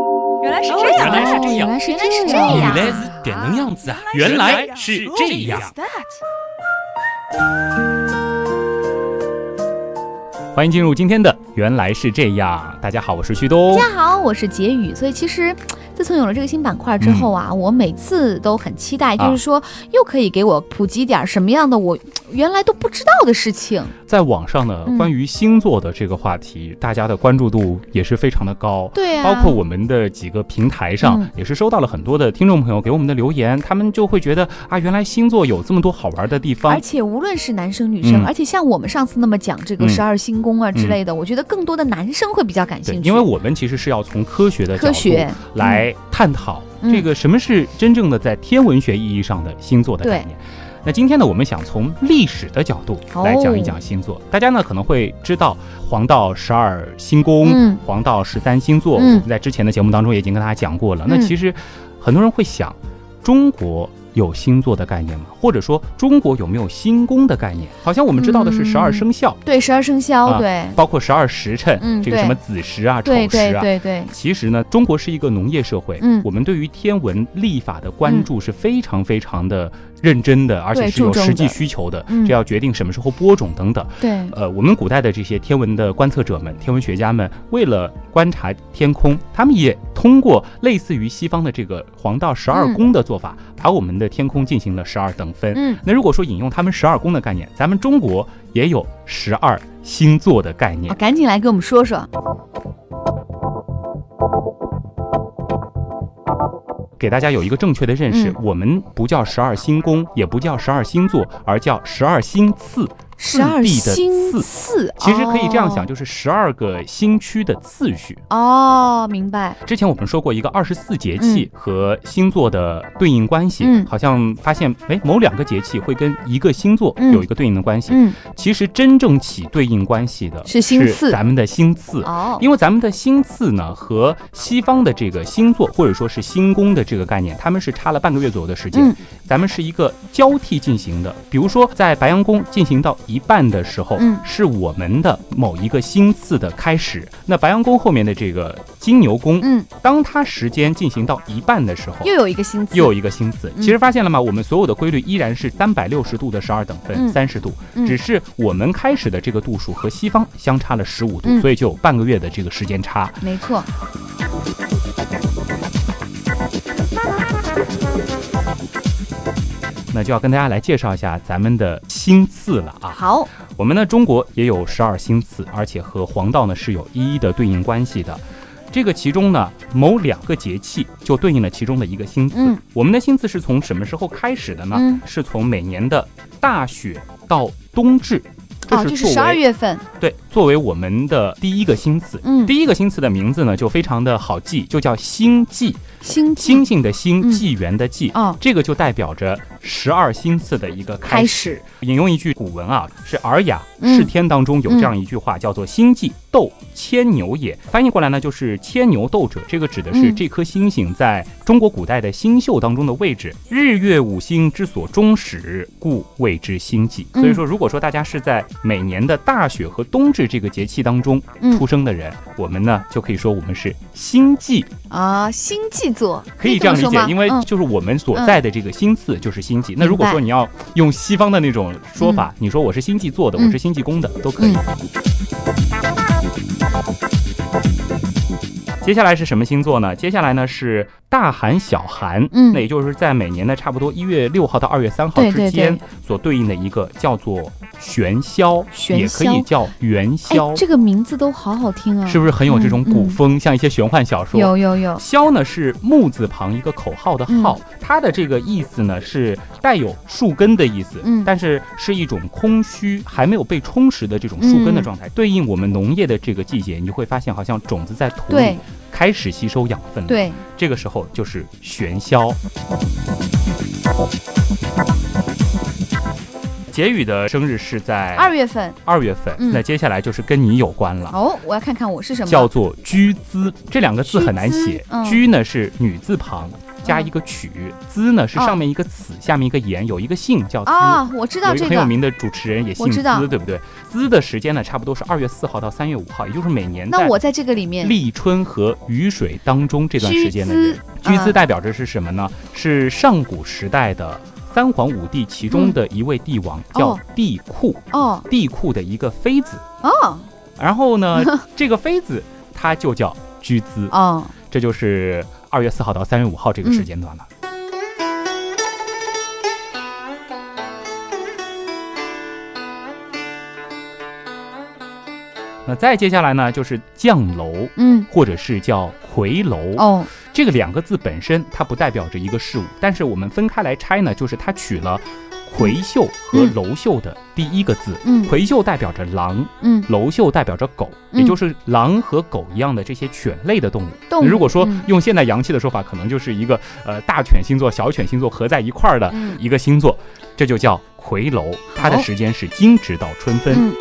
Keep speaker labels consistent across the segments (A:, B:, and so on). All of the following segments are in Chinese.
A: 是这样，原来
B: 哦原来是这样
C: 原来是
A: 是
C: 这
A: 这
C: 样
A: 样，
B: 原来是这能样子啊！原
D: 原
B: 来
D: 来
B: 是
D: 是
B: 这
D: 这
B: 样 Oh,
D: 样。
B: 欢迎进入今天的《原来是这样》。大家好，我是旭东
C: 大。家好，我是杰宇。所以其实，自从有了这个新板块之后啊，我每次都很期待，
B: 嗯
C: 就
B: 啊
C: 是说、又可以给我普及点什么样的我原来都不知道的事情。
B: 在网上呢，
C: 嗯
B: 关于星座的这个话题，大家的关注度也是非常的高。
C: 对啊，
B: 包括我们的几个平台上，
C: 嗯
B: 也是收到了很多的听众朋友给我们的留言，他们就会觉得啊，原来星座有这么多好玩的地
C: 而
B: 方。
C: 且无论是男生女生，
B: 嗯
C: 而且像我们上次那么讲这个
B: 嗯
C: 十二星宫啊之类的，我觉得更多的男生会比较感
B: 对，
C: 兴趣，
B: 因为我们其实是要从科学的角
C: 科
B: 度
C: 学
B: 来探讨
C: 嗯
B: 这个什么是真正的在天文学意义上的星座的概念。那今天呢，我们想从历史的角度
C: 哦
B: 来讲一讲星座。大家呢可能会知道黄道十二星宫、
C: 嗯
B: 黄道十三星座，
C: 嗯
B: 我们在之前的节目当中也已经跟大家讲过了。那
C: 嗯
B: 其实很多人会想，中国。有星座的概念吗？或者说中国有没有星宫的概念？好像我们知道的是十二
C: 嗯
B: 生肖，
C: 对十二生肖，
B: 啊
C: 对
B: 包括十二时辰，
C: 嗯
B: 这个
C: 对
B: 什么子时啊、丑时
C: 对
B: 啊，
C: 对对对，
B: 其实呢，中国是一个农业社会，
C: 嗯
B: 我们对于天文历法的关注是非常非常的认真的，而且是有
C: 注重的
B: 实际需求的，
C: 嗯
B: 这要决定什么时候播种等等。
C: 对
B: 呃，我们古代的这些天文的观测者们、天文学家们，为了观察天空，他们也通过类似于西方的这个黄道十二
C: 嗯
B: 宫的做法，把我们的天空进行了十二等分。
C: 嗯，
B: 那如果说引用他们十二宫的概念，咱们中国也有十二星座的概念
C: 啊。赶紧来给我们说说，
B: 给大家有一个正确的认识，
C: 嗯
B: 我们不叫十二星宫，也不叫十二星座，而叫十二星次。
C: 十二
B: 地的
C: 星
B: 次
C: 次，
B: 其实可以这样想，
C: 哦
B: 就是十二个星区的次序。
C: 哦，明白，
B: 之前我们说过一个二十四节气和星座的对应关系，
C: 嗯
B: 好像发现哎某两个节气会跟一个星座
C: 嗯
B: 有一个对应的关系。
C: 嗯，
B: 其实真正起对应关系的
C: 是星次
B: 咱们的星次。
C: 哦，
B: 因为咱们的星次呢，和西方的这个星座或者说是星宫的这个概念，他们是差了半个月左右的时间。
C: 嗯
B: 咱们是一个交替进行的，比如说在白羊宫进行到一半的时候，
C: 嗯
B: 是我们的某一个星次的开始。那白羊宫后面的这个金牛宫，
C: 嗯，
B: 当它时间进行到一半的时候，
C: 又有一个星次，
B: 又有一个星次。
C: 嗯
B: 其实发现了吗？我们所有的规律依然是三百六十度的十二等分，
C: 嗯
B: 三十度，
C: 嗯
B: 只是我们开始的这个度数和西方相差了十五度，
C: 嗯
B: 所以就有半个月的这个时间差。
C: 没错，
B: 那就要跟大家来介绍一下咱们的星次了啊。
C: 好，
B: 我们呢，中国也有十二星次，而且和黄道呢是有一一的对应关系的。这个其中呢，某两个节气就对应了其中的一个星次。
C: 嗯
B: 我们的星次是从什么时候开始的呢？
C: 嗯
B: 是从每年的大雪到冬至，
C: 哦，
B: 这
C: 就是是
B: 作为、
C: 十二月份，
B: 对，作为我们的第一个星次。
C: 嗯，
B: 第一个星次的名字呢，就非常的好记，就叫星纪，
C: 星期
B: 星星的星，
C: 嗯
B: 纪元的纪。
C: 哦，
B: 这个就代表着十二星次的一个开
C: 开
B: 始。
C: 始，
B: 引用一句古文啊，是《尔雅
C: 嗯
B: 释天》当中有这样一句话，叫做“星际斗牵牛也”。翻译过来呢，就是“牵牛斗者”。这个指的是
C: 嗯
B: 这颗星星在中国古代的星宿当中的位置。日月五星之所终始，故谓之星际。
C: 嗯
B: 所以说，如果说大家是在每年的大雪和冬至这个节气当中
C: 嗯
B: 出生的人，我们呢就可以说我们是星际，
C: 啊，星际座
B: 可以这样理
C: 么
B: 解
C: 说，吗
B: 因为
C: 嗯
B: 就是我们所在的这个星次就是星际。那如果
C: 明白
B: 说你要用西方的那种说法，你说我是星际座的，
C: 嗯
B: 我是星际宫的，都可以。接下来是什么星座呢？接下来呢是大寒、小寒，
C: 嗯
B: 那也就是在每年的差不多一月六号到二月三号
C: 对
B: 之
C: 对
B: 间
C: 对
B: 所对应的一个叫做玄霄，
C: 玄
B: 也可以
C: 霄
B: 叫元宵
C: 哎，，这个名字都好好听啊，
B: 是不是很有这种古
C: 嗯嗯
B: 风，像一些玄幻小说？
C: 有有有，
B: 萧呢是木字旁一个口号的号，
C: 嗯
B: 它的这个意思呢是带有树根的意思，
C: 嗯
B: 但是是一种空虚还没有被充实的这种树根的
C: 嗯
B: 状态，对应我们农业的这个季节，你就会发现好像种子在土里
C: 对
B: 开始吸收养分了，，
C: 对，
B: 这个时候就是玄霄。杰宇的生日是在
C: 二月份
B: 二月份，
C: 嗯
B: 那接下来就是跟你有关了。
C: 哦，我要看看我是什么，
B: 叫做“居姿”，这两个字很难
C: 居姿
B: 写。
C: 嗯
B: 居呢是女字旁，加一个曲，资呢是上面一个子，下面一个言，有一个姓叫资。
C: 啊，我哦知道
B: 有一
C: 这
B: 个很有
C: 个，
B: 名的主持人也姓
C: 我知道
B: 资，对不对？资的时间呢，差不多是二月四号到三月五号，也就是每年
C: 那
B: 在
C: 我在这个里面，
B: 立春和雨水当中这段时间的
C: 居
B: 人
C: 资，
B: 居资
C: 啊
B: 代表着是什么呢？是上古时代的三皇五帝其中的一位帝王，叫
C: 嗯哦
B: 帝喾，
C: 哦
B: 帝喾的一个妃子。
C: 哦
B: 然后 呢，这个妃子她就叫居兹，
C: 哦，嗯
B: 这就是二月四号到三月五号这个时间段了。那再接下来呢，就是降楼，
C: 嗯
B: 或者是叫回楼。
C: 哦
B: 这个两个字本身它不代表着一个事物，但是我们分开来拆呢，就是它取了魁秀和
C: 嗯
B: 楼秀的第一个字。
C: 嗯
B: 魁秀代表着狼，
C: 嗯，
B: 楼秀代表着狗，
C: 嗯
B: 也就是狼和狗一样的这些犬类的动物。
C: 动物
B: 如果说
C: 嗯
B: 用现在洋气的说法，可能就是一个呃大犬星座、小犬星座合在一块儿的
C: 嗯
B: 一个星座，这就叫魁楼。它的
C: 好
B: 时间是惊蛰到春分。
C: 嗯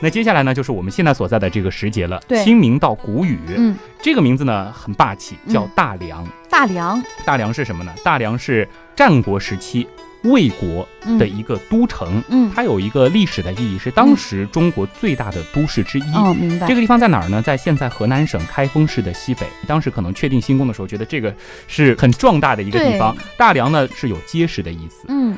B: 那接下来呢，就是我们现在所在的这个时节了，
C: 对
B: 清明到谷雨。
C: 嗯，
B: 这个名字呢很霸气，叫大梁。
C: 大梁
B: 大梁是什么呢？大梁是战国时期魏国
C: 嗯
B: 的一个都城。
C: 嗯
B: 它有一个历史的意义，是当时中国最大的都市之一。
C: 哦明白
B: 这个地方在哪儿呢？在现在河南省开封市的西北。当时可能确定新宫的时候，觉得这个是很壮大的一个地方。大梁呢是有结实的意思。
C: 嗯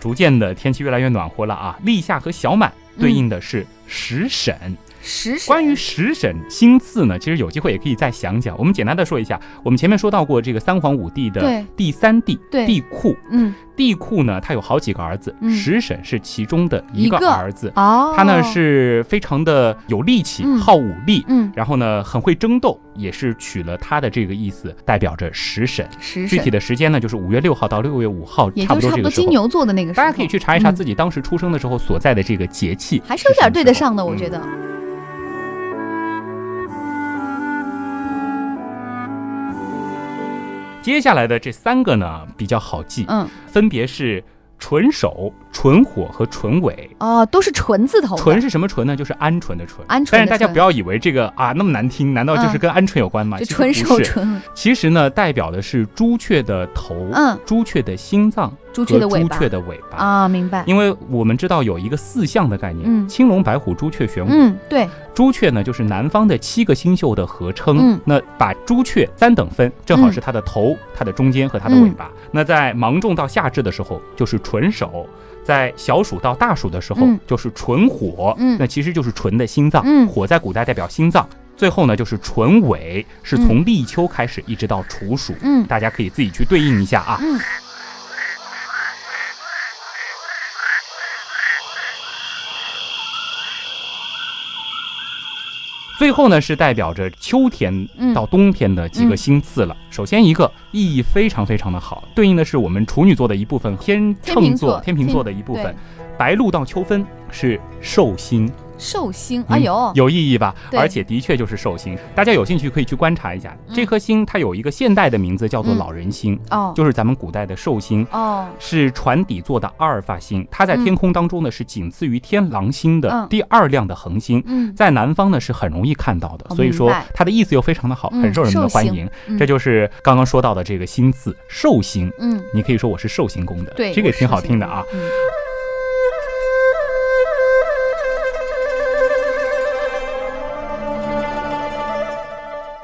B: 逐渐的天气越来越暖和了啊，立夏和小满对应的是食神。
C: 嗯食神
B: 关于食神星次呢，其实有机会也可以再讲讲。我们简单的说一下，我们前面说到过这个三皇五帝的
C: 对
B: 第三帝
C: 对
B: 帝喾，
C: 嗯
B: 帝喾呢他有好几个儿子，
C: 嗯
B: 食神是其中的一个
C: 一个
B: 儿子。
C: 哦，
B: 他呢是非常的有力气，
C: 嗯
B: 好武力，
C: 嗯
B: 然后呢很会争斗，也是取了他的这个意思，代表着食神。
C: 食
B: 具
C: 神
B: 体的时间呢，就是五月六号到六月五号，
C: 也
B: 差
C: 就
B: 不多
C: 差
B: 这
C: 不
B: 个
C: 多
B: 时
C: 金
B: 候。
C: 牛座的那个时候，
B: 大家可以去查一查
C: 嗯
B: 自己当时出生的时候所在的这个节气，
C: 还是有点对得上的，
B: 是什
C: 我
B: 么时
C: 觉
B: 候嗯
C: 得。
B: 接下来的这三个呢比较好记，
C: 嗯
B: 分别是纯手、纯火和纯尾。
C: 哦，都是纯字头的，
B: 纯是什么纯呢？就是鹌鹑的鹑。
C: 鹌鹑的
B: 但是大家
C: 鹑
B: 不要以为这个啊那么难听，难道就是
C: 嗯
B: 跟鹌鹑有关吗？
C: 就
B: 啊其实
C: 纯
B: 不
C: 手
B: 是
C: 纯
B: 其实呢，代表的是朱雀的头、
C: 嗯
B: 朱雀的心脏
C: 朱
B: 和
C: 雀的尾巴
B: 朱雀的尾巴。
C: 啊，明白。
B: 因为我们知道有一个四象的概念，
C: 嗯
B: 青龙、白虎、朱雀、玄武。
C: 嗯，对，
B: 朱雀呢，就是南方的七个星宿的合称。
C: 嗯
B: 那把朱雀三等分，正好是它的头、它的中间和它的尾巴。
C: 嗯
B: 那在芒种到夏至的时候，就是纯手；在小暑到大暑的时候，
C: 嗯
B: 就是纯火。
C: 嗯
B: 那其实就是纯的心脏。
C: 嗯
B: 火在古代代表心脏。最后呢，就是纯尾，是从立秋开始一直到处暑。
C: 嗯
B: 大家可以自己去对应一下啊。
C: 嗯
B: 最后呢，是代表着秋天
C: 嗯
B: 到冬天的几个星次了。首先一个意义非常非常的好，对应的是我们处女座的一部分，天秤
C: 秤
B: 座
C: 座、
B: 天秤座的一部分。白露到秋分是寿星，
C: 寿星，
B: 嗯
C: 哎呦，
B: 有意义吧？
C: 对
B: 而且的确就是寿星，大家有兴趣可以去观察一下。
C: 嗯
B: 这颗星它有一个现代的名字叫做
C: 嗯
B: 老人星，
C: 哦
B: 就是咱们古代的寿星。
C: 哦，
B: 是船底座的阿尔法星，它在
C: 嗯
B: 天空当中呢是仅次于天狼星的
C: 嗯
B: 第二亮的恒星，
C: 嗯，
B: 在南方呢是很容易看到的，
C: 哦
B: 所以说
C: 明白
B: 它的意思又非常的好，
C: 嗯
B: 很受人们的欢迎。
C: 嗯
B: 这就是刚刚说到的这个星字寿星，
C: 嗯，
B: 你可以说我是寿星宫的，
C: 对，
B: 这个也
C: 我是
B: 挺好
C: 寿星
B: 听的啊。。
C: 嗯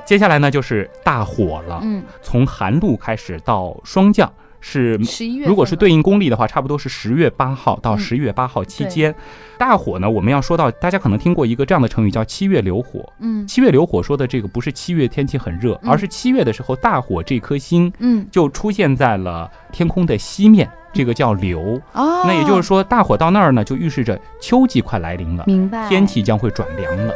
B: 接下来呢就是大火了，
C: 嗯，
B: 从寒露开始到霜降是。
C: 十一月份了，
B: 如果是对应公历的话，差不多是十月八号到
C: 嗯
B: 十一月八号期间，大火呢，我们要说到，大家可能听过一个这样的成语叫“七月流火”。
C: 嗯
B: 七月流火说的这个不是七月天气很热，
C: 嗯
B: 而是七月的时候，大火这颗星
C: 嗯
B: 就出现在了天空的西面，这个叫流。
C: 哦，
B: 那也就是说，大火到那儿呢，就预示着秋季快来临了，
C: 明白
B: 天气将会转凉了。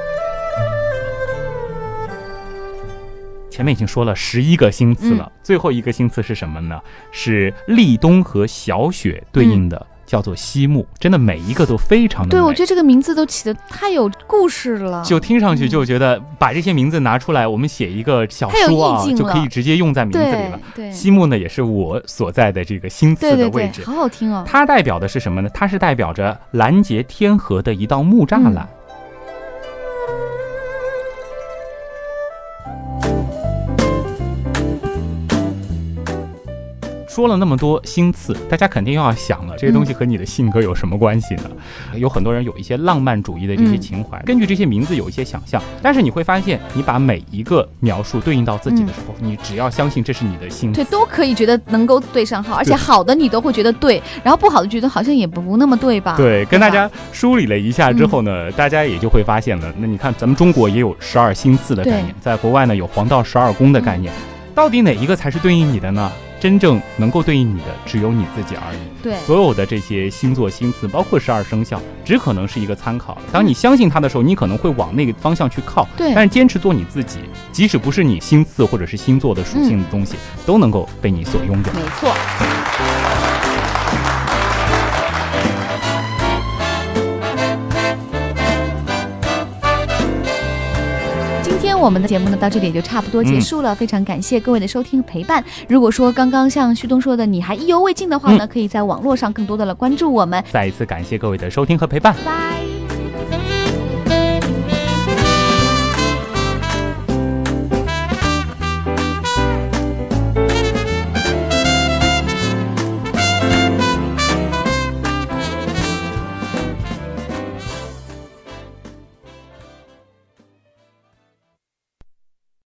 B: 前面已经说了十一个
C: 嗯
B: 星次了，最后一个星次是什么呢？是立冬和小雪对应的叫做西木，真的每一个都非常的
C: 嗯对，我觉得这个名字都起的太有故事了，
B: 就听上去就觉得把这些名字拿出来，我们写一个小说啊，就可以直接用在名字里了。
C: 对，
B: 西木呢也是我所在的这个新次的位置，
C: 好好听哦。
B: 它代表的是什么呢？它是代表着拦截天河的一道木栅栏。嗯说了那么多心刺，大家肯定要想了，这些东西和你的性格有什么关系呢？嗯、有很多人有一些浪漫主义的这些情怀，嗯、根据这些名字有一些想象，但是你会发现，你把每一个描述对应到自己的时候，嗯、你只要相信这是你的心，
C: 对，都可以觉得能够对上号，而且好的你都会觉得对，然后不好的觉得好像也不那么啊对吧？嗯
B: 对，跟大家梳理了一下之后呢，大家也就会发现了，那你看咱们中国也有十二星刺的概念，在国外呢有黄道十二宫的概
C: 嗯
B: 念，到底哪一个才是对应你的呢？真正能够对应你的，只有你自己而已。
C: 对，
B: 所有的这些星座、星次，包括十二生肖，只可能是一个参考。当你相信它的时候，你可能会往那个方向去靠。
C: 嗯对，
B: 但是坚持做你自己，即使不是你星次或者是星座的属性的东西，嗯、都能够被你所拥有。
C: 没错。我们的节目呢，到这里也就差不多结束了。嗯、非常感谢各位的收听陪伴。如果说刚刚像旭东说的，你还意犹未尽的话呢，嗯、可以在网络上更多的来关注我们。
B: 再一次感谢各位的收听和陪伴，
C: 拜拜。